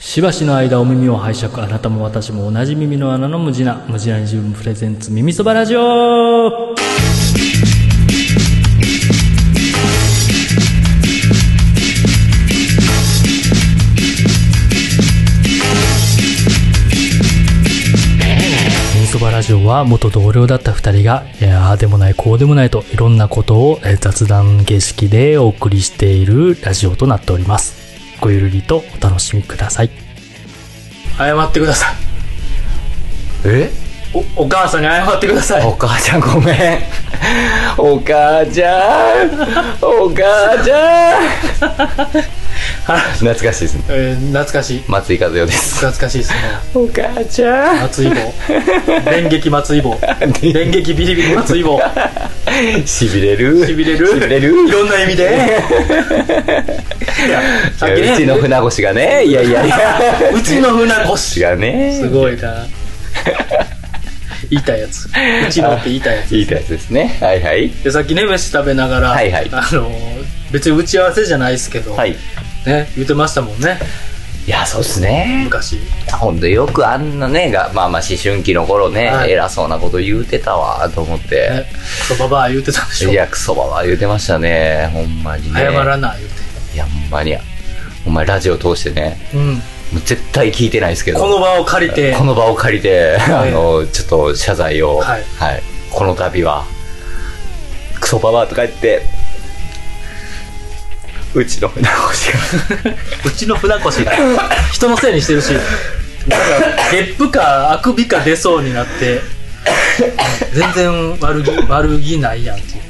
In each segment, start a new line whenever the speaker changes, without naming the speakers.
しばしの間お耳を拝借あなたも私も同じ耳の穴の無地な無地な自分プレゼンツ耳そばラジオ耳そばラジオは元同僚だった2人がいやああでもないこうでもないといろんなことをえー雑談形式でお送りしているラジオとなっておりますごゆるりとお楽しみください謝ってください
え
おお母さんに謝ってくださ
お母ちゃんごめんお母ちゃんお母ちゃん 懐かしいですね
えー、懐かしい
松井和代です
懐かしいですね
お母ちゃん
松井棒電撃松 井棒電撃ビリビリ松井棒
しびれる
しびれる
しびれる
いろんな意味でいやさっきね
うちの船越がねいやいやいや
うちの船越
違うね
すごいな言いたいやつうちのって言いたいやつ
いいやつですねはいはい
でさっきね飯食べながら、
はいはい
あのー別に打ち合わせじゃないですけど、
はい
ね言ってましたもんね
いやそうですね
昔
ほんとよくあんなねがまあまあ思春期の頃ね、
はい
偉そうなこと言うてたわと思って、
ねクソババア言うてたでしょ
いや、クソばば言うてましたね。ほんまにね。
謝らない言うて
いや、ほんまに。お前ラジオ通してね、
うん
もう絶対聞いてないですけど、
この場を借りて
この場を借りて、
はい
あの、ちょっと謝罪を、
はい
この度は、クソばばとか言って、うちの船越
うちの船越が人のせいにしてるし、なんか、ゲップか、あくびか出そうになって、全然悪気、悪気ないやんっていう。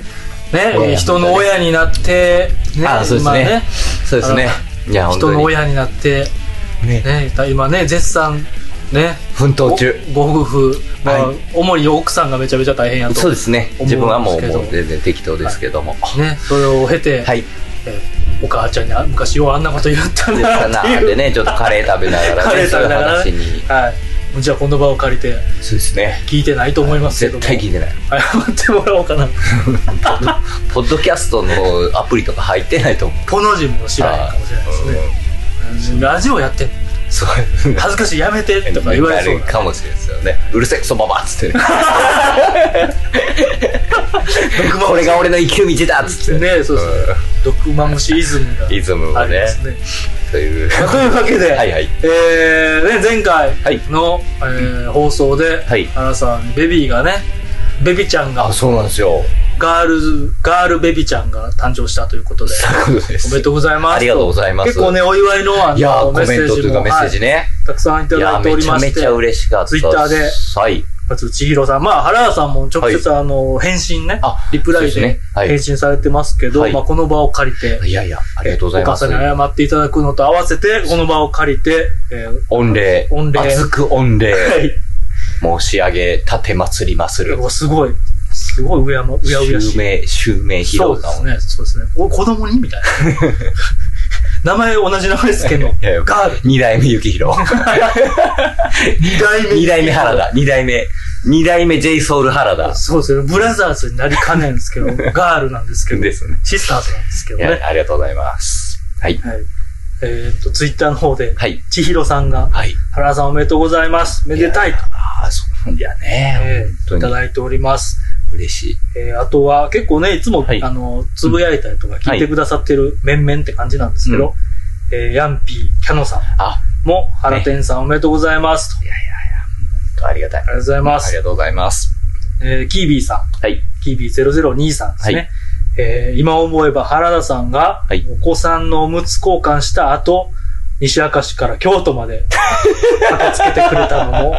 ね、
親
人の親になって、ね、
が。あ、そうです
今
ね。そうですね。いや、
あの
本
人
当
の
に。
親になって、
ね
ね、今ね、絶賛、ね、
奮闘中。
ごご夫婦、まあ
はい
主に奥さんがめちゃめちゃ大変やと。
そうですね。
思うんですけ
自
ど
分はもう、もう全然適当ですけども。
ね、それを経て、
はい。
えお母ちゃんにあ昔ようあんなこと言った
で
なっていう
でね、ちょっとカレー食べながらね、
カレー食べながら
そう
ね
いう話に。
はい。じゃあこの場を借りて
そうですね。
聞いてないと思いますけど
絶
も
対聞いてない。
謝ってもらおうかな。
ポッドキャストのアプリとか入ってないと思う。
ポの字も知らないかもしれないですね。うんラジオやってんの
すごい。
恥ずかしいやめてとか言われそう
なるかもしれないですよね。うるせえ、クソババっつってね。これが俺の生きる道だっつって
な。ねそうそう
うん。
毒マムシイズムが。
イズム
あ
を
り
ね
ま。すね。
という。
まあというわけで、
はいはい
えーね、前回
はい
の、えー放送で、
はい
アラさん、ベビーがね、ベビちゃんが
あ、、そうなんですよ。
ガールズ、ガールベビちゃんが誕生したということで、
そういうことで。
おめですとうございます。
ありがとうございます
結構ね、お祝いのあの
いやー、コ
メッ
メ
セ
ン
ー
トと
ジ
いうか
も
メッセージね。
はいたくさんいた
い
だ
や
い
ー、
てお
め
り
ちゃ
まして、
めちゃ嬉しかったっす。
Twitter で
はい。
まず千尋さん、まあ、原田さんも直接、あの、返信ね、
あ
リプライ
そうです
で
ねはい
返信されてますけど、
はい
まあ、この場を借りて、
いやいや、ありがとうございます。
お母さんに謝っていただくのと合わせて、この場を借りて、えー
御礼。
御礼
熱く御
は
礼。
い
申し上げ、立て祭りまする。
おすごい、すごい、うやま、うやうやし
襲
い。
名、襲名
そ
披露
うで
だも
す
んね。
ね、そうですね。お、子供にみたいな。名 前同じ名前ですけど、
いやいや
ガール、
二代目 幸宏。
二代目。
二代目原田。二代目。二代目 j ソ o ル原田。
そうですね、ブラザーズになりかねんですけど、ガールなんですけど、
ですね。
シスターズなんですけど
い
ね。はい。
や、ありがとうございます。はい。
えっと、ツイッターの方で、
はい。
千尋さんが、
はい。
原田さんおめでとうございます。めでたいと、
ああ、そうなんだ
え
ね。
ーい
本当
た
に
だいております。
嬉しい。
えーあとは、結構ね、いつも、
はい
あの、つぶやいたりとか聞いてくださってる面々って感じなんですけど、えーヤンピー、キャノさん
あ、
も、原天さんおめでとうございますと。
いやいやいや、本当ありがたい。
ありがとうございま
あり
す。
がとうございます。
えーキービーさん、
はい。
キービー0023さんですね。
はい
えー今思えば原田さんが
はい、
お子さんのおむつ交換した後、西明石から京都まで駆けつけてくれた のも、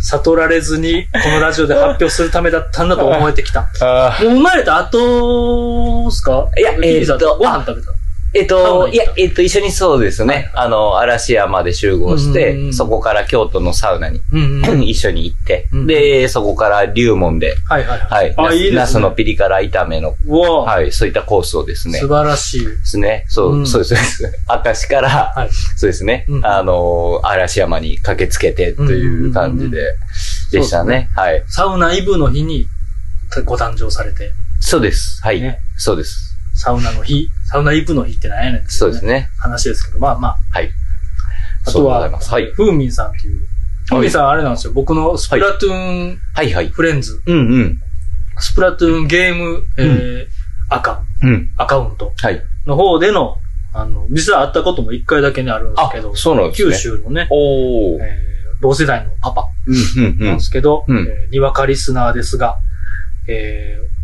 悟られずに、このラジオで発表するためだったんだと思えてきた。
あ
もう生まれた後ですか
いや
キービーさん
えーっと
ご飯食べた。
えっ
サウナ行っ
と、
た
いや、えっと、一緒にそうですね。あの、嵐山で集合し
うんうんう
て、
ん
そこから京都のサウナに
うんうん。はい
一緒に行って
うん、
で、そこから龍門で、
はいはい。
はい。
あ、
ナス
いいで
ナ
す
ス
ね
の。ピリ辛炒めの、
うわあ
はい、そういったコースをですね。
素
で
晴らしい。
すね。そう、
うん
そうです、 そうです。明石から、
はい。
そうですね。
うん
あのー嵐山に駆けつけてという感じ
うんうんうん
で、でしたね。はい。
サウナイブの日にご誕生されて、
そうです。はい。
ね
そうです。
サウナの日、サウナイブの日って何やねんってい
そうですね。
話ですけど、まあまあ、
はい。
あ
そう
と
でござい
は、
ます。はい。
ふうみんさんっていう。ふうみんさんあれなんですよ。僕のスプラトゥーン
はいはい。
フレンズ、
うんうん。
スプラトゥーンゲーム、えー赤、
うん。
アカウント
はい。
の方での、あの、実は会ったことも一回だけにあるんです
あ
けど、、
そうなんです
九
ね。。
州のね、え
おー。
ー同世代のパパ
うんうんう
なん
ん
で。すけど、
うんうん
えーにわかリスナーですが、えー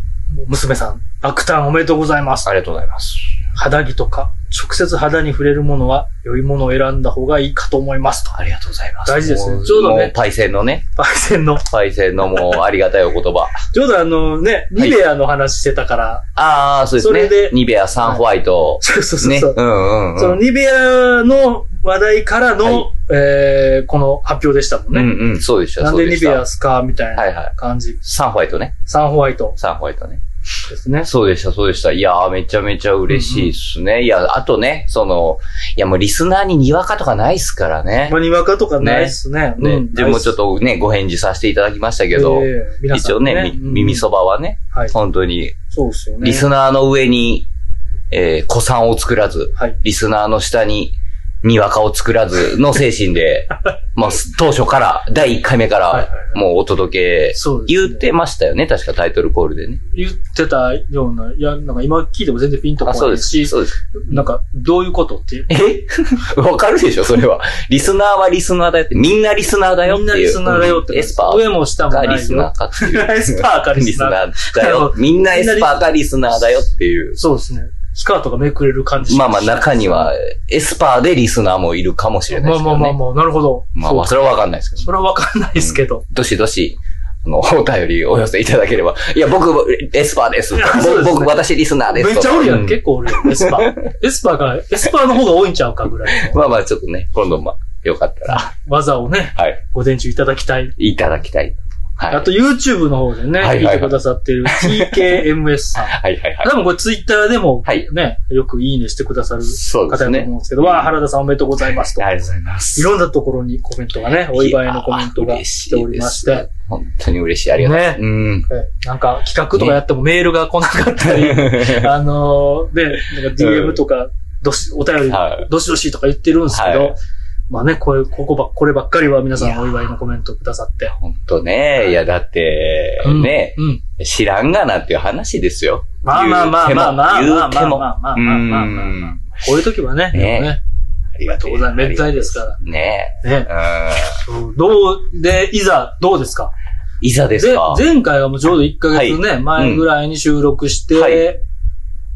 娘さん、爆誕おめでとうございます。
ありがとうございます。
肌着とか、直接肌に触れるものは、良いものを選んだ方がいいかと思いますと。
ありがとうございます。
大事ですね
も
ちょうどね
もパイセンのね、
パイセンの。
パイセンのもうありがたいお言葉。
ちょうどあのね、ニベアの話してたから、
ああ、そうですね。
それで
ニベアサンホワイト。
そうそうそう
ね。
そうう、
んうんうん。
そのニベアの話題からの、
は
えー、この発表でしたもん
う
ね。
んうん、そうでした。
なん
そう
で
で
ニ
した
ベアすかみたい
はいは
ない感じ。
サンホワイトね。
サンホワイト
サンホワイトね。
ですね。
そうでした、そうでした。いやー、めちゃめちゃ嬉しいっすね。いや、あとね、その、いや、もうリスナーににわかとかないっすからね
ま。あ、にわかとかないっすね。
ね、
うん
でもちょっとね、ご返事させていただきましたけど、
えー皆
一
さ
応
ん
ね、み耳
う
そばはね、
ん。はい。
本当に、
そうですよね。
リスナーの上に、えー、子さんを作らず、
はい
リスナーの下に、にわかを作らずの精 神で、まあ、当初から、第1回目か
はい
ら
はいは、い
もうお届け、
そうですね
言ってましたよね、確かタイトルコールでね。
言ってたような、いや、なんか今聞いても全然ピンと
あ、
こ
そう
な
で
い
す。
し、
そうです。
なんか、どういうことっていう。
えわかるでしょそれは。リスナーはリスナーだよって。みんなリスナーだよっ
み
てい
ん
う。
なリスナーだよって
うんエスパー
上も下も
か
ないよ。
リスナーかっていう。
エスパーかリ
リ
ス
ス
ナー。
ナー だよ。みんなエスパーかリスナーだよっていう。
そうですね。スカートがめくれる感じ
まあまあ中には、エスパーでリスナーもいるかもしれない
ま
で
あ
すけ
ま
ど
あ
ね。
まあまあ、なるほど。
まあ
そう
まあ、それはわかんないですけど。
それはわかんないですけど。
どしどし、あの、 お便りお寄せいただければ。いや、僕、エスパーです。
いや
僕
そうですね
僕、私、リスナーです。
めっちゃおるやん。
う
結構おるやん。エスパ ー。エスパーが、エスパーの方が多いんちゃうかぐらいの
まあまあ、ちょっとね、今度、まあ、よかったら、
技をね、
はい、
ご伝授いただきたい。
いただきたい。はい。
あと YouTube の方でね、
はいはい
聞い
はい
てくださってる TKMS さん。
はいはいはい。
多分これ Twitter でも
はい
ね、よくいいねしてくださる
そうで
方だと
す
思う
ね。
んですけど、わあ、原田さんおめでとうございますと。
ありがとうございます。
いろんなところにコメントがね、お祝いのコメントが来ておりまし
いや
て。。
ー嬉しいです本当に嬉しい。ありがとうございます。うん。
えなんか企画とかやってもメールが来なかったり、あのー、ね、なんか DM とか、どし、お便り
は、
どしどしとか言ってるんですけ
は
ど
い、
まあね、これ、ここば、こればっかりは皆さ
いや
ん
ー
お祝いのコメントくださって。
本当ね。いや、だって、ね、
うん。うん
知らんがなっていう話ですよ。
まあまあまあまあまあ
言
まあま
うて
あ
も
まあまあまあ
う
まあまあまあまあ。
ん。
こういう時はね、で
ね
もね、
ありが。
とうございますめでたいですから
ね
ね
う、ん。
うんどう、で、いざ、どうですか
いざですか
ぜ前回はもうちょうど1ヶ月ね、前ぐらいに収録して、
はい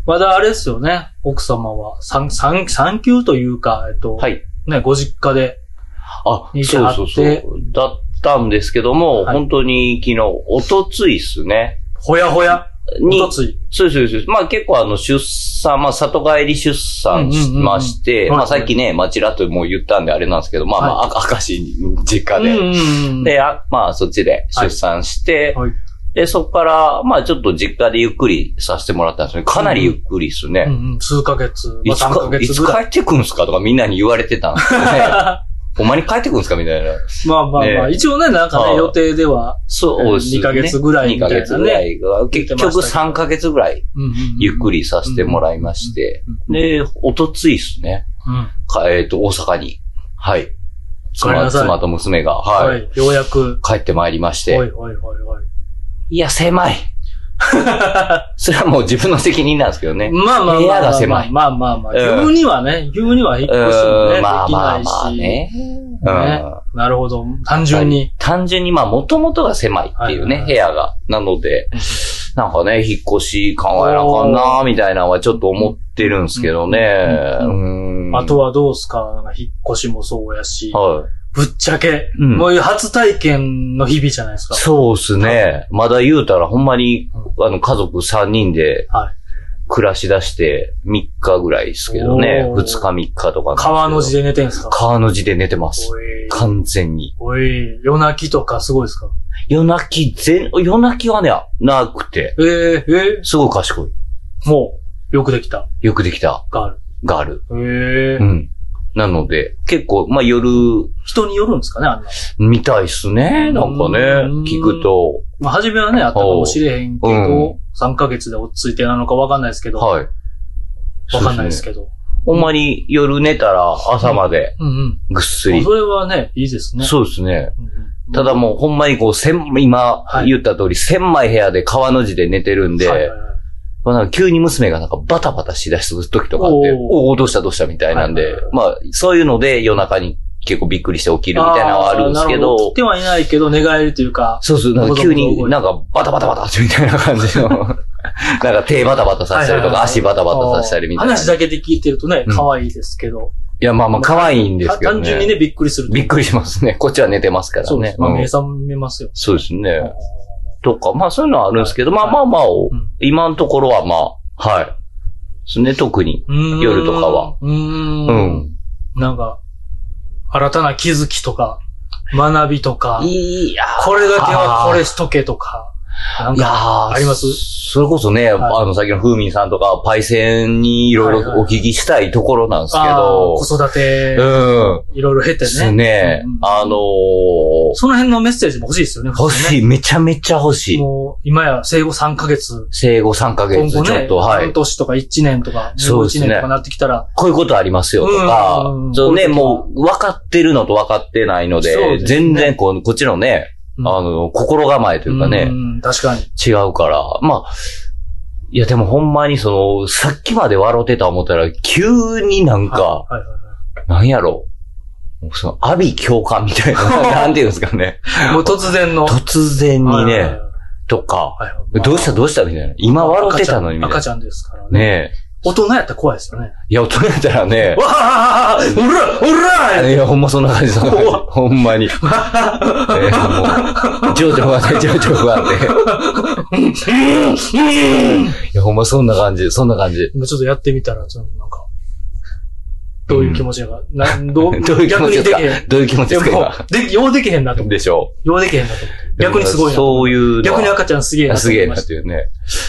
まだあれですよね、奥様は産、産、産休というか、えっと、
はい。
ね、ご実家で、
あ、
見て
そ
は
う
って
そうそう。だったんですけども、
はい
本当に昨日、おとついっすね。
ほやほや、
に
おとつい。
そうですそうです。まあ結構あの出産、まあ里帰り出産
う
し
んうんうんうん
まして、
はい
まあさっきね、まあちらっともう言ったんであれなんですけど、まあまあ、あ赤市に実家
うん
で。
うんうん
で、あまあそっちで出産して、
はいはい
で、そこから、まあちょっと実家でゆっくりさせてもらったんですね。かなりゆっくりです
う
ね。
んうん、数ヶ月、ま
い
あ、
つか
3ヶ
い
月
つ
ぐらい。。
帰ってくんすかとかみんなに言われてたんですよね
ま
ほんまに帰ってくんすかみたいな。
あまあまあ、
ね
一応ね、なんか
は
ね、
い
予定では、
そうですね。
2ヶ月ぐらいみたいなね
2ヶ月ぐらいが。
言って
結
ましたけど
局3ヶ月ぐらい
うんうんうん
ゆっく。りさせてもらいまして。で、おとついっすね。
うん。
かえっ、と、大阪に。はい。
帰りな
妻
さい
妻と娘が、はい、
はい、ようやく、
帰ってまいりまし
ほいほ
て。
いほいほい。
いや、狭い。それはもう自分の責任なんですけどね。
まあまあまあまあ。
部屋が狭い
まあまあまあ。
うん
急にはね、急には引っ
う
越しもね、
ん、まあ
でき
ま
な
あ
い
まあ
し。
ね。
ね
うん
なるほど。単純に。
単純に、まあ、もともとが狭いっていう
はいはい
ね、
はい
部屋が。なので、なんかね、引っ越し考えなあかんなあみたいなのはちょっと思ってるんですけどね。
う
うん
あとはどうすかなんか引っ越しもそうやし。
はい。
ぶっちゃけ、
うん
もう初体験の日々じゃないですか。
そうっすね。まだ言うたら、ほんまに、あの、家族3人で
は、
暮らし出して3日ぐらいですけどね。
おー
2日3日とか。
川の字
で。
で寝てんすか
川の字で寝てます。
おい
完全に。
おい、夜泣きとかすごいですか
夜泣き全、夜泣きはね、なくて、
えええ
すごい賢い。
えもう、よくできた、
よくできた、
ガール。
ガール。
ええ
うん。なので、結構、まあ夜、
人によるんですかね、あんな。
見たいっすね。なんかね
うん、
聞くと。
まあ、初めはね、あったかもしれへんけ
う
ど、3ヶ月で落ち着いてなのかわかんないですけど、わ
はい。
かんないですけど。
ほんまに夜寝たら朝まで
うんうん。
ぐっす
あ
り。
それはね、いいですね。
そうですね。
うんうん
ただもうほんまにこう、千、今
はい
言った通り、千枚部屋で川の字で寝てるんで、
はいはいはい
まあなんか急に娘がなんかバタバタしだす時とかあって、
おー
おお、どうしたどうしたみたいな
は
ん
い
で
はいはい、
まあそういうので夜中に結構びっくりして起きるみたいなのはあるんですけ
あーな
ど
ほ、切ってはいないけど、寝返るというか、
そうそう、なんか急
ボソボソ動
に
いて
なんかバタバタバタみたいな感 じの、なんか手バタバタさせたりと
はいはいは
か
い
足バタバタさせたりみたいな。
話だけで聞いてるとね
う、ん
可愛いですけど。
いや、まあまあ可愛いんですけどね。
単純にね、びっくりすると。
びっくりしますね。こっちは寝てますから
そうで
ね
す。。まあ、
うん
目覚めますよ。
そうです
あー
ね。とか、まあそういうのはあるんですけど、ま
は
あ
い
まあまあ、
ん
今のところはまあ、はい。ですね、特に。
うーん
夜とかは。
うー。
うんん。
なんか、新たな気づきとか、学びとか、
いやー
これだけはこれしとけとか、なん
いや
か、
ー
あります
それこそね、
はい
あの、先の風味さんとか、パイセンにいろい
はいはい
ろお聞きしたいところなんですけ
あ
ど
ー、子育て、
うん。
いろいろ経て
です
ね。
ね
うん。
あのー、
その辺のメッセージも欲しいですよね。
欲しい、めちゃめちゃ欲しい。
もう、今や生後3ヶ月。
生後3ヶ
今
月、ち
後
ょ
ね、
っと、はい
半。年とか1年とか、
そうです
1
ね
年とかなってきたら、
こういうことありますよとか
うんうんう、ん
そうね、
こういうことは
もう、分かってるのと分かってないの
そう
で、
ですね
全然、こう、こっちのね、
う
あ
ん
の、心構えというかね、
ん、確かに。
違うから、まあ、いや、でもほんまにその、さっきまで笑ってた思ったら、急になんか、
はいはいはい
なんやろ、その、阿鼻教官みたいな、 なんていうんですかね。
はいもう突然の。
突然
は
に
いはいはい
ね、とか、
はいはい
どうしたどうしたみたいな。今笑ってたのにみたいな
赤。ちゃん赤ちゃんですからね。
ねえ。
大人やったら怖いですよね。
いや、大人やったらね
わ、あおらおら
いや、ほんまそんな感じ、 そんな感じ
怖
ほん まに。ねえもう、情緒がね、情緒があって。いや、ほんまそんな感じ、そんな感じ。
今ちょっとやってみたら、ちょっとなんか、どういう気持ちやか、なんどう
どういう気
逆
持ち
にです
で
き
か
へ ん。
どういう気持ち
で
です
も
か今、
で、ようできへんなと思
でしょ
う。ようできへんなと思う。
う。
逆にすごいなと思
そういうのは。
逆に赤ちゃんすげえな
あ
と
す
思
げえ
いま
な
し。
ったていうね。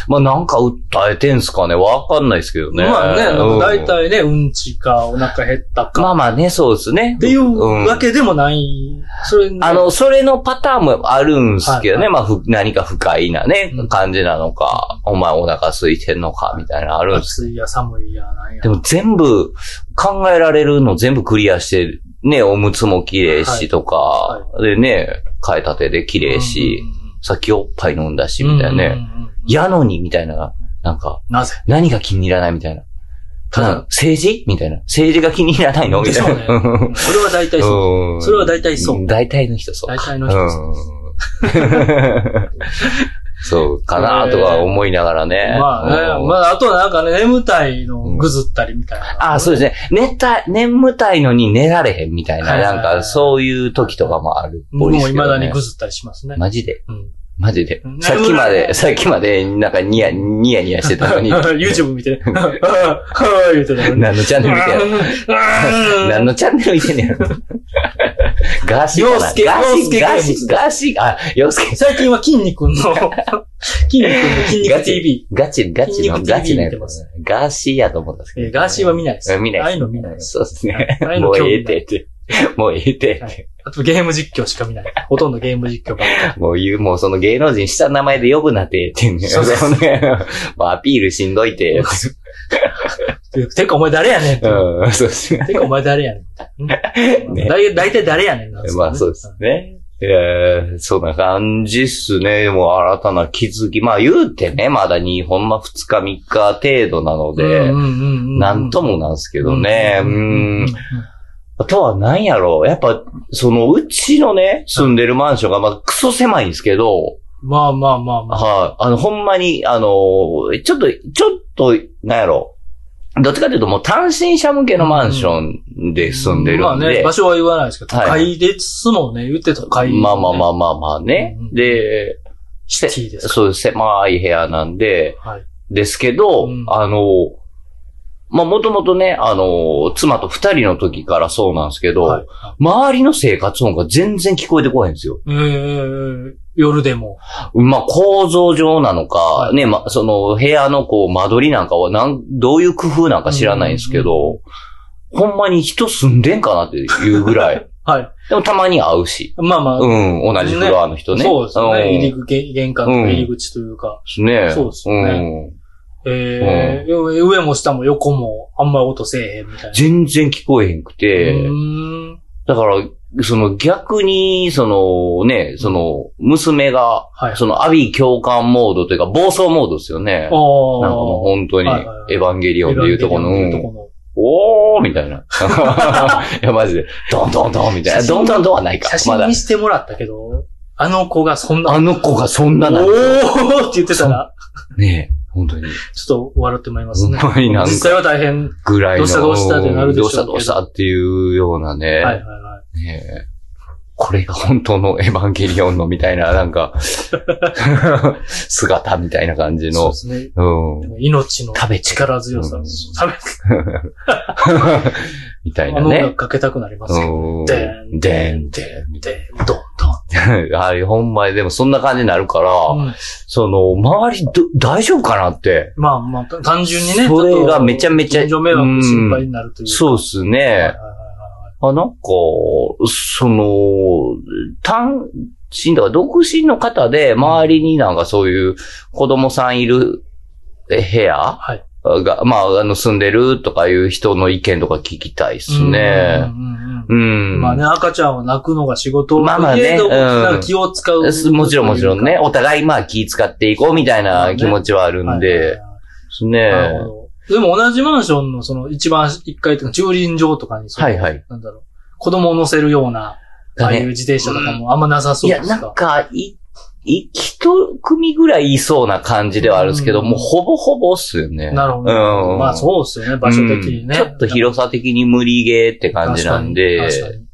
まあなんか訴えてんすかねわかんないですけどね。
まあね、なんか大
い。
体ね、うんちかお腹減ったか。
まあまあね、そうですね。
っていうわ
ん
けでもない。それね
あ、の、それのパターンもあるんすけどね。
はい
まあふ、何か不快なね
うん、
感じなのか、お前お腹空いてんのか、みたいなのあるんです。
暑いや寒いやなんや。
でも全部、考えられるの全部クリアして、ね、おむつも綺麗しとか、
は
でね、買いたてで綺麗し、さっきおっぱい飲んだし、
うんうんうん、
みたいなね。
うんうんうん。
やのに、みたいな、なんか、
なぜ
何が気に入らないみたいな。た
う
だ
ん、
政治みたいな。政治が気に入らないのみ
で
た
しょう
い
ね。
な。
うんそれは大体そう。
うん
それは大体そうん
大体の人そうか。
大体の人そう
うんそうかなとか思いながらね。
まあ
う
ね、
ん
まああとはなんかね、眠たいのぐずったりみたいな。
あ、そうですね。寝た、眠たいのに寝られへんみたい
は
な、
いはいはい
なんか、そういう時とかもあるっぽ
僕
いで
も
す
未
けど
だ
ね
にぐ。ずったりしますね。
マジで
うん
マジで
うん。
さっきまで、さっきまで、なんかニヤ、ニヤニヤしてた のに。
YouTube 見てね。 はぁはぁ言うてたのに。
何のチャンネル見てんの何
何
のチ ャンネル見てんねやろ。ガーシーかな。
洋介
ガー
洋
シー、
介
ガーシー、ガーシー、あ、洋介。
最近は筋肉の、 筋肉の筋
ガ
肉
チ
TV。
ガチ、ガチの、
筋肉 TV
ガチなや
見て
つ
ます。
ガーシーやと思ったんですけ
え
ど。
ーガーシーは見ないです。
うん見ない
ああいうの見ないです。
そうですね
ああい。うの
もう
興味
ええてって。もうええて
は
っ
い
て。
あとゲーム実況しか見ない。ほとんどゲーム実況ばっかり
もう言う、もうその芸能人下の名前で呼ぶなって、ってね。
そうです
うね。 もうアピールしん どいて。
ててかお前誰やねん。
うん、そうですね。
てかお前誰やねん。
ね
だい大体誰やねんなん
まあそうですね。えー、そんな感じっすね。でも新たな気づき。まあ言うてね、まだにほんま2日3日程度なので、なんと
も
もなんですけどね。う。
うん
あとは何やろう。やっぱ、そのうちのね、住んでるマンションが、まあクソ狭いんですけど、
まあまあまあまあ。
はい。あの、ほんまに、あのー、ちょっと、ちょっと、なんやろう。どっちかというともう単身者向けのマンションで住んでるんで。
まあね、場所は言わないですけど、都
はい
会ですもんね。言ってた都会。
まあまあま
あ。
あまあまあね。
うんうん
で、して
ティーですか
そうです、狭い部屋なんで、
はい。
ですけど、
うん
あの、まあもともとね、あの、妻と二人の時からそうなんですけど、
はい
周りの生活音が全然聞こえてこへんですよ。
えー夜でも。
まあ構造上なのか、
はい
ね、ま、その部屋のこう間取りなんかはなん、どういう工夫なんか知らないんですけど、ほんまに人住んでんかなっていうぐ らい。
はい。
でもたまに会うし。
まあまあ。
うん、同じフロアの人ね。
そうですね。
ん
入り口、玄関の入り口というか。
ですね。
そうですよね
うん。
えー上も下も横もあんまり音せえへんみたいな。
全然聞こえへんくて、
うーん
だから、その逆に、そのね、その、娘が、
はい。
そのアビー共感モードというか、暴走モードですよ
ああ。
ね。なんかもう本当に
はいはいは、い
エヴァンゲリオンでいうとこの、
エヴァンゲリオンでいうん
う
とこの
おーみたいな。 いや、マジで、ドンドンドンみたいな。
写真
ドンドンドンはないか
写。
ま
真
だ
に。してもらったけど、あの子がそんな、
あの子がそんなな
お
の
ーって言ってたら、
ねえ、本当に。
ちょっと笑ってまいります
ほん
ね。
まになん
実
か、
際は大変。
ぐらい
ど
の。
うしたどうしたってなるでしょうけど
どうしたどうしたっていうようなね。
はいはいはい。
ねえこれが本当のエヴァンゲリオンのみたいな、なんか、姿みたいな感じ
そう
の
で。すね。
う
で
ん。
も命の
食べて
力強さ
う。ん
食べ
みたい
あ
な
の音
ね
楽。かけたくなりますけど。
うん。
でん、で
で
ん、
ん。
でん、でん、どん、ど
あれ、ほんまにでもそんな感じになるから、
ん。うん
その、周りど、大丈夫かなって。
まあまあ、た単純にね。
それがめちゃめちゃ
近所迷惑心配になるというか。
そうです
はいはい
ね
はい。は
あ、なんか、その、単身だから独身の方で、周りになんかそういう子供さんいるえ部屋
はい
が、まあ、あの、住んでるとかいう人の意見とか聞きたいで
い
す
う
ね。
んうんうんうん
うん。
まあね、赤ちゃんを泣くのが仕事
まあまあね
といえども
うん
なんか気を使う。
もちろんもちろんね、お互いまあ気使っていこうみたいな気持ちはある
はい
ん
はいはいはい
で、ですね。
なるほどでも同じマンションのその一番一階というか駐輪場とかにそう
はいはい。
なんだろう。子供を乗せるような、あ
だ
あ
ね
いう自転車とかもあんまなさそ
いう
で
や、
す
な
か。
んか、い、い、一組ぐらいいそうな感じではあるんですけ
う
ど、
ん
もうほぼほぼっすよね。
なるほ
う
ど。
ん。
まあそうですよね、場所的にね。
うんちょっと広さ的に無理ゲーって感じな
確か
んで、
に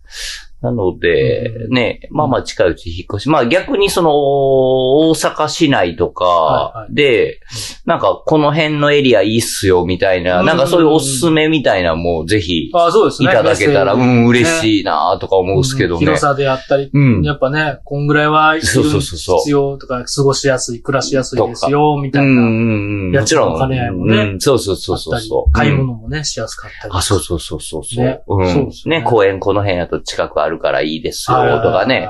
なので
う、ん
ね、まあまあ近いうち引っ越し、まあ逆にその、大阪市内と
は
かで、なんかこの辺のエリアいいっすよみたいな、
うん
なんかそういうおすすめみたいなのもぜひい
あそうですね。
ただけたら、
メッセー
う
ジ
ん、嬉しいなとか思うっすけど
うん
ね
広。さであったり、
うん。
やっぱね、こんぐらいは必
そうそうそうそう
要とか、過ごしやすい、暮らしやすいですよ、み
う
たい
ん
な。
うんうん。
や
も
つ
ちろ
の兼
ん。
ね合いもね
うん、そうそうそ
あ
う
っ
そ
た
う
り
そう。
買い
うん
物もね、しやすかったり。
あ、そうそうそうそうそう。
ね
う
そうんですね
ね、公園この辺やと近くあるからいいですよ
はいはいはい
とかね。。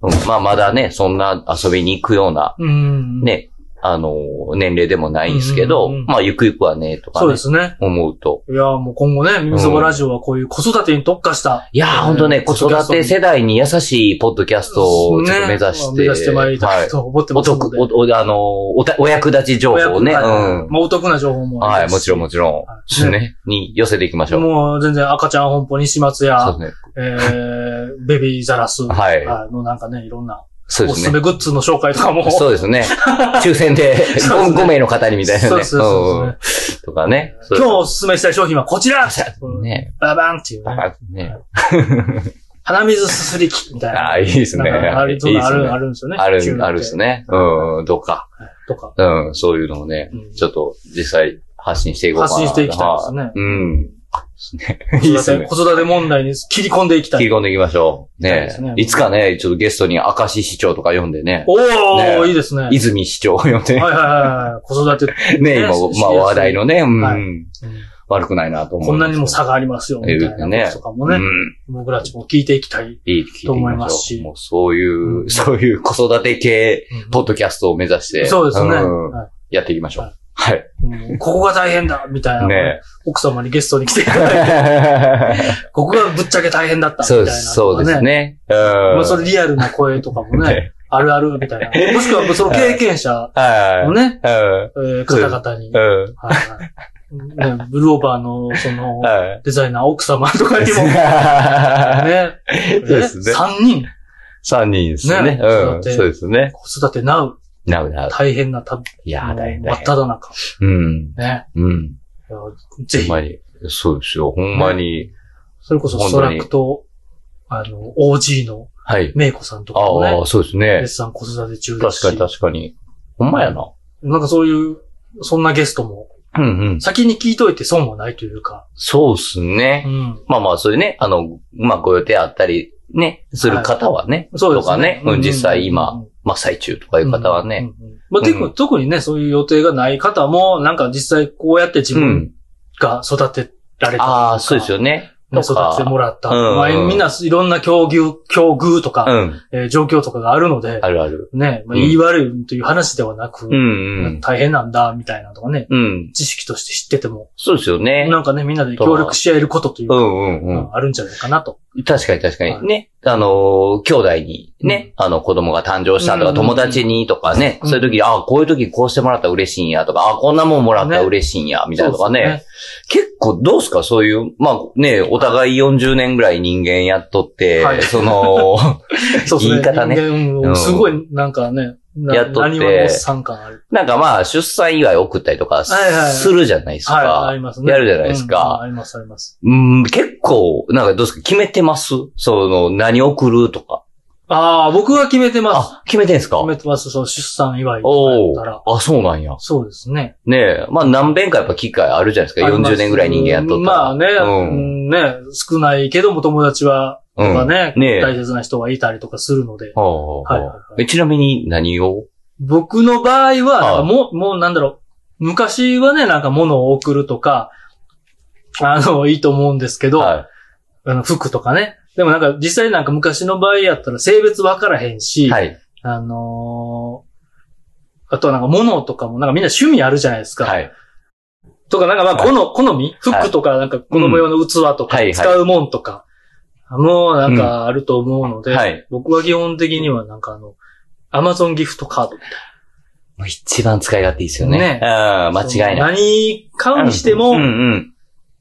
うんまあまだね、そんな遊びに行くような、
うん。。
ね、あのー、年齢でもないんですけ
う
ど
んうんうん、
まあゆくゆくはね、とか
そう
ね
で、すね。
思うと。
いやー、もう今後ね、ミミそばラジオはこういう子育てに特化した。
いやー、ほんとね、
ポ
子
ッドキャ
育
スト
て世代に優しいポッドキャストをちょっと目指して。
ね目指してまいりた
はい
と思って
お
ますの
得、
で。
お、おあのー、おた、お役立ち情報を
お
ね。う
役
ん。
まあお得な情報もあ
は
り
い、
ます
もちろんもちろ
は
ん。
い
ですね。に寄せていきましょう。
もう全然赤ちゃん本舗、西松
そ
屋
う、ですね。
えー、 ベビーザラス、
はい
のなんかね、いろんな、
そうで
おすす
す
め
ね。
グッズの紹介とかも。
そうですね。抽選で
そうですね
5名の方にみたいなね。
そうですそうですそうで
うんとかね。
今日おすすめしたい商品はこちら
日ね。
ババンっていう
パ
ね。
パね。
鼻水すすり器みたいな。
ああ、いいですね。
なんかある、そ
いうい
い
で
うのあ
すね
る、あるんですよね。
あ
中
る、
学
あるですね。うん、どうか。
とか。
うん、そういうのをね
うん、
ちょっと実際発信していこうかな。
発信していきたいですね
はうん。ですね
子
いいです
育て、
ね。
子育て問題に切り込んでいきた
切
い
り。込んでいきましょう。
そうで
ね
すね
いつかね、ちょっとゲストに明石市長とか読んでね、
おー、
ね
いいですね。はい
泉市長を読ん
は
で
いはいはい。子育て。
ね、今、まあ話題のね、う
はい
ん、悪くないなと思う。
こんなにも差がありますよ、みたいなこととかも
う
ね。
ん。
僕らちも聞いていきたい。
いい、聞いて
と
み
思い
ま
ま
しょ
すし
う。もうそういうう、
ん
そういう子育て系、ポッドキャストを目指して、
そうですね。
うん
は
やっていきましょ。
はいう
はい。
いうんここが大変だみたいなのをね。
ね
奥様にゲストに来ていた だいて、ここがぶっちゃけ大変 だったみたい
そう
な、
です、そうです。ね。うん。
まあ、それリアルな声とかもね、
ね
あるあるみたい な。もしくは、その経験者
はい
の。ね、
うん
えー方々に、はい
うん。
はいね、ブルオーバーの、その、
はい。
デザイナー奥様とかにも、ね、
そうですね。
3人、
三人ですね。
ね
う
子
ん。
育て
そうですね。
子育てなう、
なるなる。
大変な旅、
いやー、大変
真
大
っ
変。
只中、
うん。
ね、
うん。
いや
ほ
ぜ
ん
ひ、
まに。そうですよ。ほんまに。
それこそストラックと、あの、OG の
はい。
メイコさんとかも
あ
ね
あ、、そうですね
絶。賛子育て中です
確
し
かに確かに。ほんまやな。
なんかそういう、そんなゲストも、
うんうん。
先に聞いといて損はないというか、
そうっすね。
うん。
まあまあ、それね、あの、まあご予定あったり、ね、する方はね、
そうです
とかね、うん、実際今、、まあ最中とか
と
いう方はね、。
うんうんうんまあ、結構、
う
特にね、そういう予定がない方も、なんか実際こうやって自
う
分
ん。
が育てられたというか
ああ、そうですよね。
ね育ててもらった。
うんうん
まあ、みんないろんな境遇、境遇と
う
か、
ん。
えー状況とかがあるので、
あるある。
ね、まあ、
うん
言い悪いという話ではなく、
うんうん。
大変なんだ、みたいなのとかね、
うん。
知識として知ってても、
そうですよね。
なんかね、みんなで協力し合えることという
う
か、
んうんうん。
あるんじゃないかなと。
確かに確か
はい
に。ね。あのー、兄弟にね、あの、子供が誕生したと
うんう
か、
んうん
友達にとかね、
うん
そういう時、あこういう時こうしてもらったら嬉しいんやとか、あこんなもんもらったら嬉しいんや、みたいなとかね。結構どうすかそういう、まあね、お互い40年ぐらい人間やっとって、
はい
その、
そうですね。
言い方ね
人間
う
を
ん
すごい、なんかね、な
やっとって
何話の参加ある。
なんかまあ、出産祝い送ったりとか
はいはいはい
するじゃないです
はい、あ
か。
りますね。
やるじゃないですか
うんあります、あります。
うん、結構、なんかどうですか決めてますその、何送るとか。
ああ、僕が決めてます。
あ、決めてんすか
決めてます。そう、出産祝いとかや
お
っ
お
たら。
あ、そうなんや。
そうですね。
ねえ。まあ何遍かやっぱ機会あるじゃないですか。
あります
40年ぐらい人間やっとったら。
まあね、
うん。
うんね、少ないけども友達は、とかね、
うんねえ
大切な人がいたりとかするので。
はあはあ
はいはい
は
は
あ
い
えちなみに何を
僕の場合は、なん
あ
か
あ
もう、もうなんだろう、昔はね、なんか物を送るとか、あの、いいと思うんですけど、
は
あの服とかね。でもなんか実際なんか昔の場合やったら性別わからへん
い。
し、
はい。
あのーあとはなんか物とかもなんかみんな趣味あるじゃないですか。
はい。
とかなんかまあ
はい
この、好み服とかなんか子供用の器とか、
はいはい
使うもんとか、もうなんかあると思うので、
はい
僕は基本的にはなんかあの、アマゾンギフトカードみたい
もう一番使い勝手いいですよね。
ねえ
うん、間
な。
違いない。
何買うにしても、
うんうん。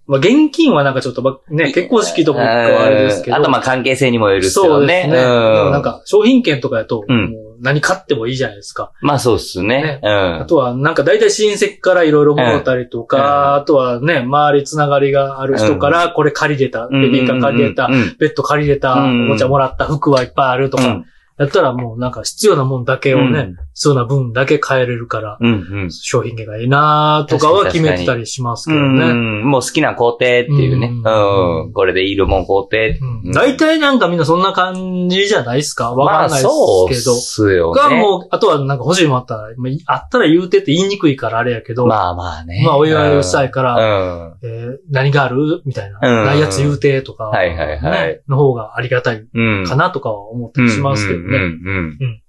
まあ現金はなんかちょっとまね、結婚式とかはあれですけど。
うんあとまあ関係性にもよるっす
そ
よ
う
ね。
ですね。でもなんか、商品券とかやと、
うん
もう何買ってもいいじゃないですか。
まあそうっすね
ね。
う
あ
ん。
とは、なんか大体親戚からいろいろもろたりとか、
う
あ
ん
とはね、周りつながりがある人から、これ借りれた、ベビーカー借りれた
うん、うんうん
ベッド借りれた、
うんうん
おもちゃもらった、服はいっぱいあると
う
か、
ん
やったらもうなんか必要なもんだけを
う
ね
ん、
必要な分だけ買えれるから、
うんうん。
商品券がいいなとかは決めてたりしますけど
う
ね。
ん、もう好きな工程っていうね。
う
うんん。これでいるもん工程。
うん大体なんかみんなそんな感じじゃないですかわかんないですけど。
まあ、そうっすよ
僕は
ね。
もう、あとはなんか欲しいもんあったら、まああったら言うてって言いにくいからあれやけど、まあ、
まあまあね。
お祝いをした
い
いから、
ら。
えー何があるみたいな。
うん
ないやつ言うてとか、
はいはいはい
ねの方がありがたい
うん。うん。
かなとかは思ったりしますけどね。
うんうんうんう
うん
ん。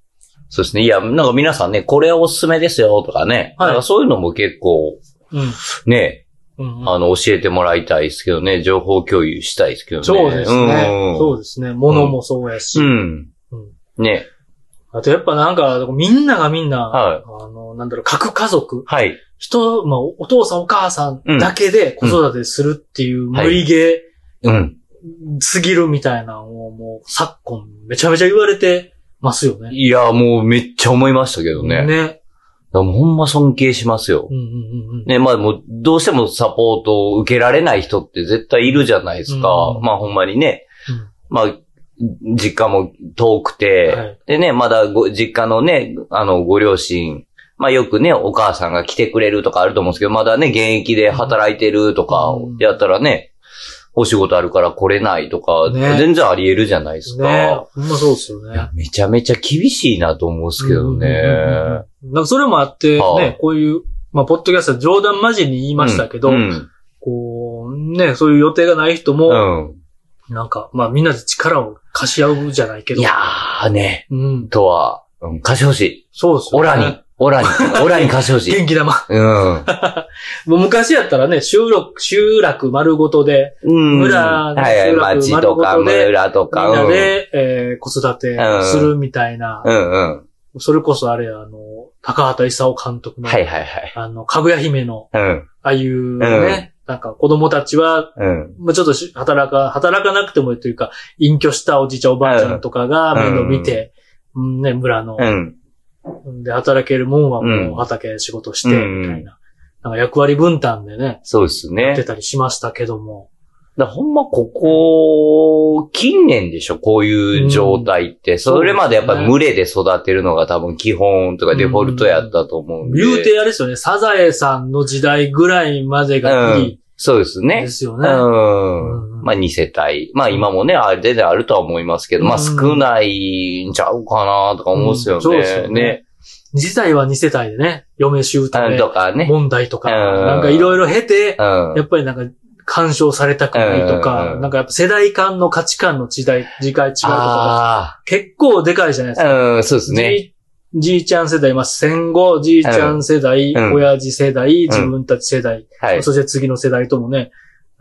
そうですね。いや、なんか皆さんね、これおすすめですよとかね。
はい
なんかそういうのも結構、
うん
ね、
うんうん
あの、教えてもらいたいですけどね。情報共有したいですけどね。
そうですね。
ん
そうですね。物もそうやし
う。ん。
うん
ね。
あとやっぱなんか、みんながみんな、
はい
あの、なんだろう、各家族、
はい。
人、まあ、お父さんお母さんだけで子育てするっていう無理ゲー、
うん。
すぎるみたいなのをもう昨今めちゃめちゃ言われてますよね。
いや、もうめっちゃ思いましたけどね。だか
ね。
らもうほんま尊敬しますよ
う。んうんうんうん。
ね、まあもう、どうしてもサポートを受けられない人って絶対いるじゃないですか。
うん
まあほんまにね。
うん
まあ、実家も遠くて、
はい
でね、まだご、実家のね、あの、ご両親、まあよくね、お母さんが来てくれるとかあると思うんですけど、まだね、現役で働いてるとか
うん、
やったらね、お仕事あるから来れないとか、
ね
全然あり得るじゃないですか。
ねほんまそうですよ
いや
ね。
めちゃめちゃ厳しいなと思うんですけどね。
うんうんうんうん。なんかそれもあって、
は
ね
あ、
こういう、まあ、ポッドキャストは冗談交じりに言いましたけど
う、ん
こう、ね、そういう予定がない人
う
も、
ん。
なんか、まあみんなで力を貸し合うじゃないけど。
いやーね。
うん。
とは、うん、貸してほしい。
そうですよ
オ
ね。
ラに。、オ ラに、オラに貸してほしい。
元気玉。
うん。
もう昔やったらね、集落、集落丸ごとで、
うん。
村の
はいはい、
集落
町
丸
とか
ごとで
村と
み
か。
んなで、えー子育てするみたいな
う、ん、うんうん。
それこそあれ、あの、高畑勲監督の、
はいはいはい。
あの、かぐや姫の、
うん、
ああいうね、なんか子供たちは、
うん。
まあ、ちょっとし働か、働かなくてもというか、隠居したおじいちゃんおばあちゃんとかが
うん
面倒見て、うんね、村の
う、ん。
で、働けるもんは
う
も
ん
う畑で仕事して、
うん
みたいな。なんか役割分担でね、
そうですね。
出
だか
たりしましたけども。
らほんまここ、近年でしょこういう状態って。それまでやっぱり群れで育てるのが多分基本とかデフォルトやったと思うんで。
言うてあれですよね、サザエさんの時代ぐらいまでがいい
そうですね
で。すよ
う
ね。うん
ん。まあ、2世帯。まあ、今もね、あれであるとは思いますけど、まあ、
うん
少ないんちゃうかなとか思うんですよね。
そうですよね。自体は2世帯でね、嫁
うん
姑
とかね。
問題とか、
うん
なんかいろいろ経て、
うん。
やっぱりなんか干渉されたくないと
うんうん
か、
うん
なんかやっぱ世代間の価値観の時代、時代違うとか、
あ
結構でかいじゃないですか。
あ、うん、そうです
じ
ね。
いじいちゃん世代、まあ、戦後、じいちゃん世代、
うん
親父世代、自分たち世代、
はい。
そして次の世代ともね、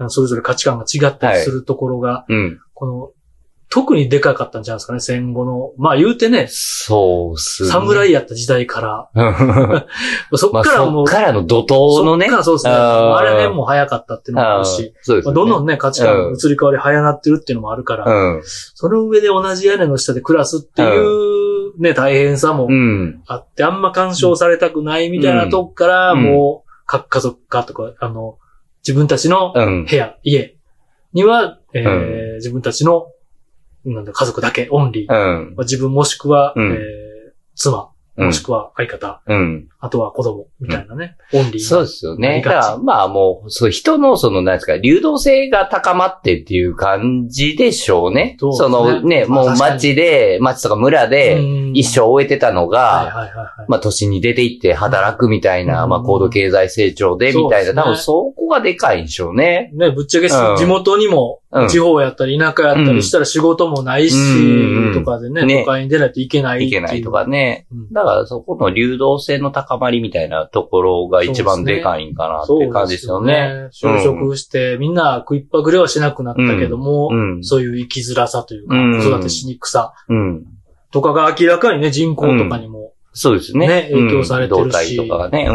それぞれ価値観が違ったりするところが、
うん。
この、特にでかかったんじゃないですかね、戦後の。まあ言うてね、
そうっすね。
侍やった時代から。
ま
そっ
あ、
からも、
そうっからの怒涛のね
そっ。からそうですね。
あー
あれね、もう早かったっていうのもあ
あ
る
あ
し。
そうです
まあ
ね。
どんどんね、価値観
うん
移り変わり早なってるっていうのもあるから、
うん。
その上で同じ屋根の下で暮らすっていうね、大変さも
うん。
あって、あんま干渉されたくないみたいなとこから、
うん
もう、各家族かとか、あの、自分たちの
うん。
部屋、家には、えー
う
自分たちの、なんだ、家族だけ、オンリー。
うん。
まあ自分もしくは、
うん
えー妻、
うん
もしくは相方、
うん。
あとは子供、みたいなね、オンリーな。
そうですよ
あり
ね。
が
だ
ち
から、まあもう、そう、人の、その、なんですか、流動性が高まってっていう感じでしょうね。
そう
そ
ですね
のね、
まあ
もう
確かに
街で、街とか村で、一生
緒
終えてた
は
の
い
が、
はいはいはい。
まあ、都市に出て行って働くみたいな、
うん
まあ、高度経済成長で、みた
そうです
いな、
ね
多分そこがでかいんでしょうね。
ね、ぶっちゃけ
うん
地元にも
う、ん
地方やったり田舎やった
う
り
ん
したら仕事もないし
うん、
とかでね、
ね
都会に出ないといけないって
いうけないとか。ね。
うん
だから、そこの流動性の高まりみたいなところが一番でかいんかなっていう感じですよね。。
そうですよね就職して、みんな食いっぱぐれはしなくなったけども、
うん。
そういう生きづらさというか、
うん
子育てしにくさ
うん。
とかが明らかにね、人口とかにも
そうですね。
ね影響されてるし
うん動体とかがね。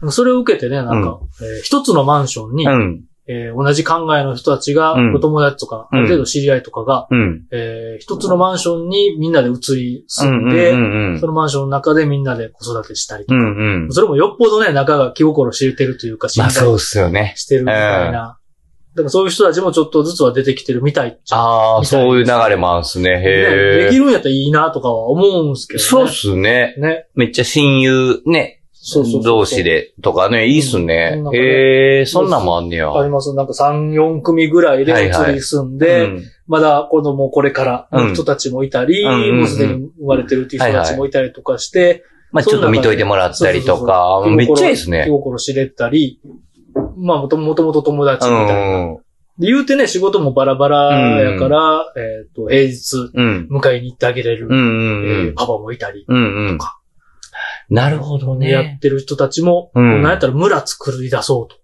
うん。
それを受けてね、なんか、えー一つのマンションに、
うん。
えー同じ考えの人たちが、
うん
お友達とか、あ
うん
る程度知り合いとかが、
うん。
えー一つのマンションにみんなで移り
う
住ん
ん。
で、
うん。
そのマンションの中でみんなで子育てしたりと
う
か、
ん。うん。
それもよっぽどね、仲が気心知れてるというか、信
まあ、そう
頼
っすよね。
してるみたいな。だからそういう人たちもちょっとずつは出てきてるみたいっちゃ。
ああ、
みたいな
そういう流れもあるんすね。
ねで
へ
き
え。
るんやったらいいなとかは思うんすけどね。
そうっすね。
ね。
めっちゃ親友ね、
そうそうそう
同士。でとかね、いいっす
う
ね
んなん。かね
へえ、そんなんもあんねや。
あります。なんか3、4組ぐらいで移り住んで、
うん
まだ子供これから
う
の
ん
人たちもいたり、
うんうんうん
もうすでに生まれてるっていう人たちもいたりとかして、
まあ、ちょっと見といてもらったりとか
そうそうそうそう、
めっちゃいいっす
気
ね。
心知れたり、まあもともともと友達
う
みたいな。
ん。
で言うてね、仕事もバラバラやから、えっ、と、平日
うん。
迎えに行ってあげれる、
うんう
え
んう
ー
ん。
パパもいたり、
うんうん。なるほど
やっ
ね。
てる人たちも、
うん
なんやったら村作り出そうと。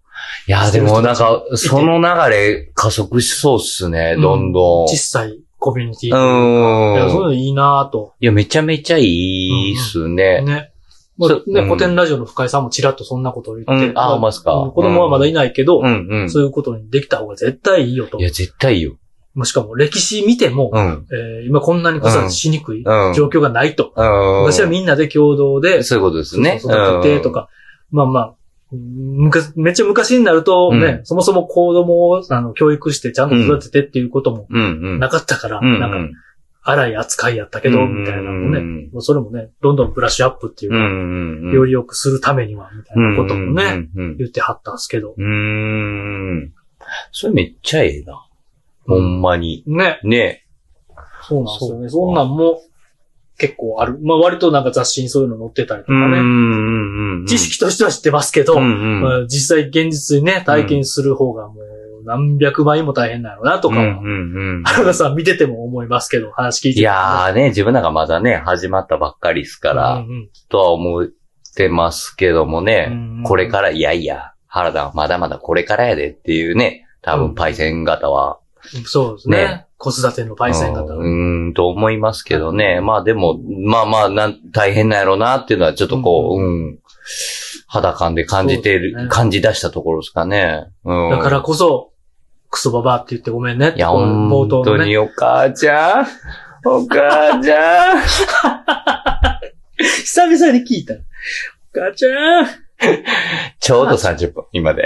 いや、でもなんか、その流れ加速しそうっすね、どんどん。
小さいコミュニティ。いやそういう
うん。
のいいなぁと。
いや、めちゃめちゃいいっすね。
ね。まあ
そう
ね、
うん
古典ラジオの深井さんもちらっとそんなことを言って、
うんあーまあっすか
うん子供はまだいないけど、
うんうん。
そういうことにできた方が絶対いいよと
い。や、絶対いいよ。
もうしかも歴史見ても、
うん。
えー今こんなに子育てしにくい
うん。
状況がないと。
うん。
私はみんなで共同で、
そういうことですね。
そうそう育ててとか、まあまあ、むかめっちゃ昔になるとね、
う
そもそも子供をあの教育してちゃんと育ててっていうことも
うん。うん
なかったから、
うん。
なんか、荒い扱いやったけど、みたいなのも
う
ね、
ん
もうそれもね、どんどんブラッシュアップっていう
う
か、
んうん。
より良くするためには、みたいなこともね、
うんうん
言ってはったんですけど、
うん。うん。それめっちゃええな。ほんまに。
ね、
ね。
そうなんですよね。
そう
そんなんも結構ある。まあ割となんか雑誌にそういうの載ってたりと
う
か
んう
ね。
んうん。
知識としては知ってますけど、
うん
ま
うん。
あ実際現実にね、体験する方がもう何百倍も大変なのなとか
う
は
ん、うんうん。
原田さん見てても思いますけど、話聞いてて
いやーね、自分なんかまだね、始まったばっかりですか
うん
ら、
うん
とは思ってますけどもね、
うん
これから、いやいや、原田はまだまだこれからやでっていうね、多
うん
分パイセン型は、
そうですね。
ね
子育てのパイセン方。
うんうーん、と思いますけどね。まあでも、まあまあなん、大変なんやろうなっていうのはちょっとこう、
う
うん、肌感で感じて
そう
る、
ですね
感じ出したところですかね。うん。
だから、こそ、クソババアって言ってごめんねって。
いや、
この
本
冒頭
当
のね。
にお母ちゃん、お母ちゃ ん、
久々に聞いた。ガチャーン
ちょうど30分、今で。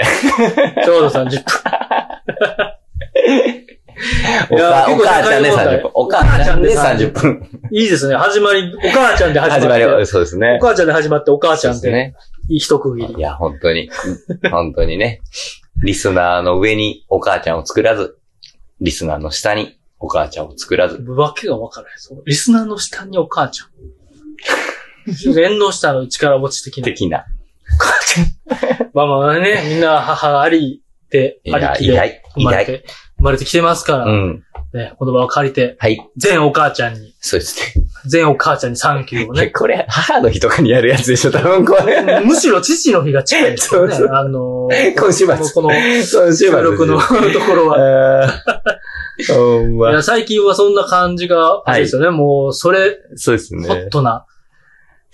ちょうど30分。
お
や
か
ー
お母ちゃんで
結構高い問題
30分。お母ちゃんで30分。
いいですね。始まり、お母ちゃんで始
始
ま
ま
って。
りは、そうです
お
ね。
母ちゃんで始まって、お母ち
そ
ゃ
うん
で
で、
す
ね。
一区切り
い。や、本当に。本当にね。リスナーの上にお母ちゃんを作らず、リスナーの下にお母ちゃんを作らず。
わけがわからない。そのリスナーの下にお母ちゃん。連動した の力持ち的な。
的な。
まあまあね、みんな母あり、て、
い
あり
や、
き
偉
で
い。
生ま
偉
れ
い。
て、生まれてきてますから、
うん。
ね、この場を借りて、
はい。
全お母ちゃんに、
そうですね。
全お母ちゃんにサンキューを
いや
ね。
これ、母の日とかにやるやつでしょ、多分こ れ。
むしろ父の日が近いですよね。
そうそう
あのー
今週末
このこの
今週末。
収録のところ は。
あー。ほん
い
ま。
や、最近はそんな感じが、あれですよね。もう、それ、
そうです
ホッ
ね。
トな。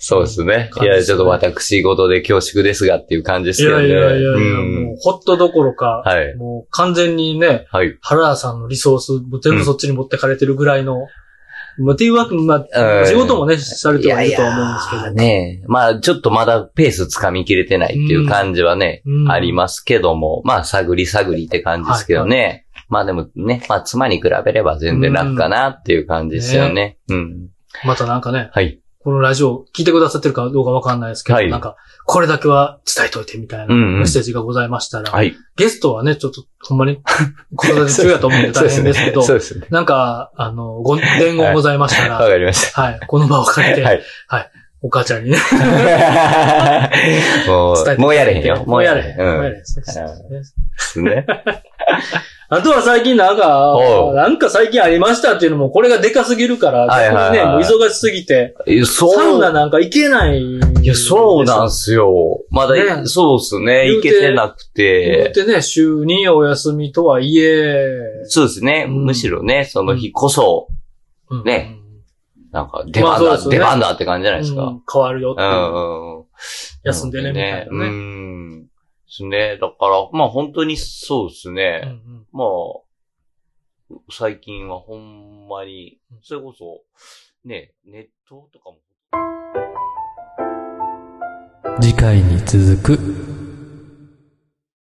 そうですね。
感じ
い
ですね
や、ちょっと私事で恐縮ですがっていう感じで
い
すけど
や
ね。
いやいや
う
いや、も
ん
う、ホットどころか、
はい。
もう完全にね、
はい。
原田さんのリソース、全部そっちに持ってかれてるぐらいの、まあ、っていうわけ、まあ、
うん
仕事もね、されてはいるとは思
いや
う
いや
んです
ねまあ、ちょっとまだペース掴みきれてないっていう感じはね、
けど。
あり
ま
ますけども、まあ、探り探りって感じですけどね。まあでもね、まあ妻に比べれば全然楽かなっていう感じですよね。うん。
す。またなんかね、
はい。
このラジオ聞いてくださってるかどうかわかんないですけど、
はい
なんか、これだけは伝えといてみたいな
うんうん
メッセージがございましたら、
はい。
ゲストはね、ちょっとほんま に子育て中やと思って大変ですけど、
そうですね。
なんか、あの、ご、伝言ございましたら、
わかりまし
はい、この場を借りて、
た。はい。
お母ちゃんにね、 伝えていただいて
もう、もうやれへんよ。
もうやれへん。
う。
もうんや
で
れへんですね
はい
そうですね。
すね。
あとは最近なんか
お、う
なんか最近ありましたっていうのも、これがでかすぎるから、
はいはいは
逆に
い
ね、もう忙しすぎて、
え
サ
そう。
ウナなんか行けない。い
いや、そうなん
す
すよ。まだ、
ね
そうっすね。
言う
行
て
けてなく
よ。
て。
でね、週にお休みとはいえ、
そうですね。
うん
むしろね、その日こそ、
うん
ね、なんか、出番
まあ
だ、
そうですね
出番だって感じじゃ
う
ないですか。
ん変わるよっ
う
ていう、
んうん。
休んでね、みたいな
う
ね。
ん。ですね。だから、まあ本当にそうです
うん
ね。
うん
まあ、最近はほんまに、それこそ、ね、ネットとかも。
次回に続く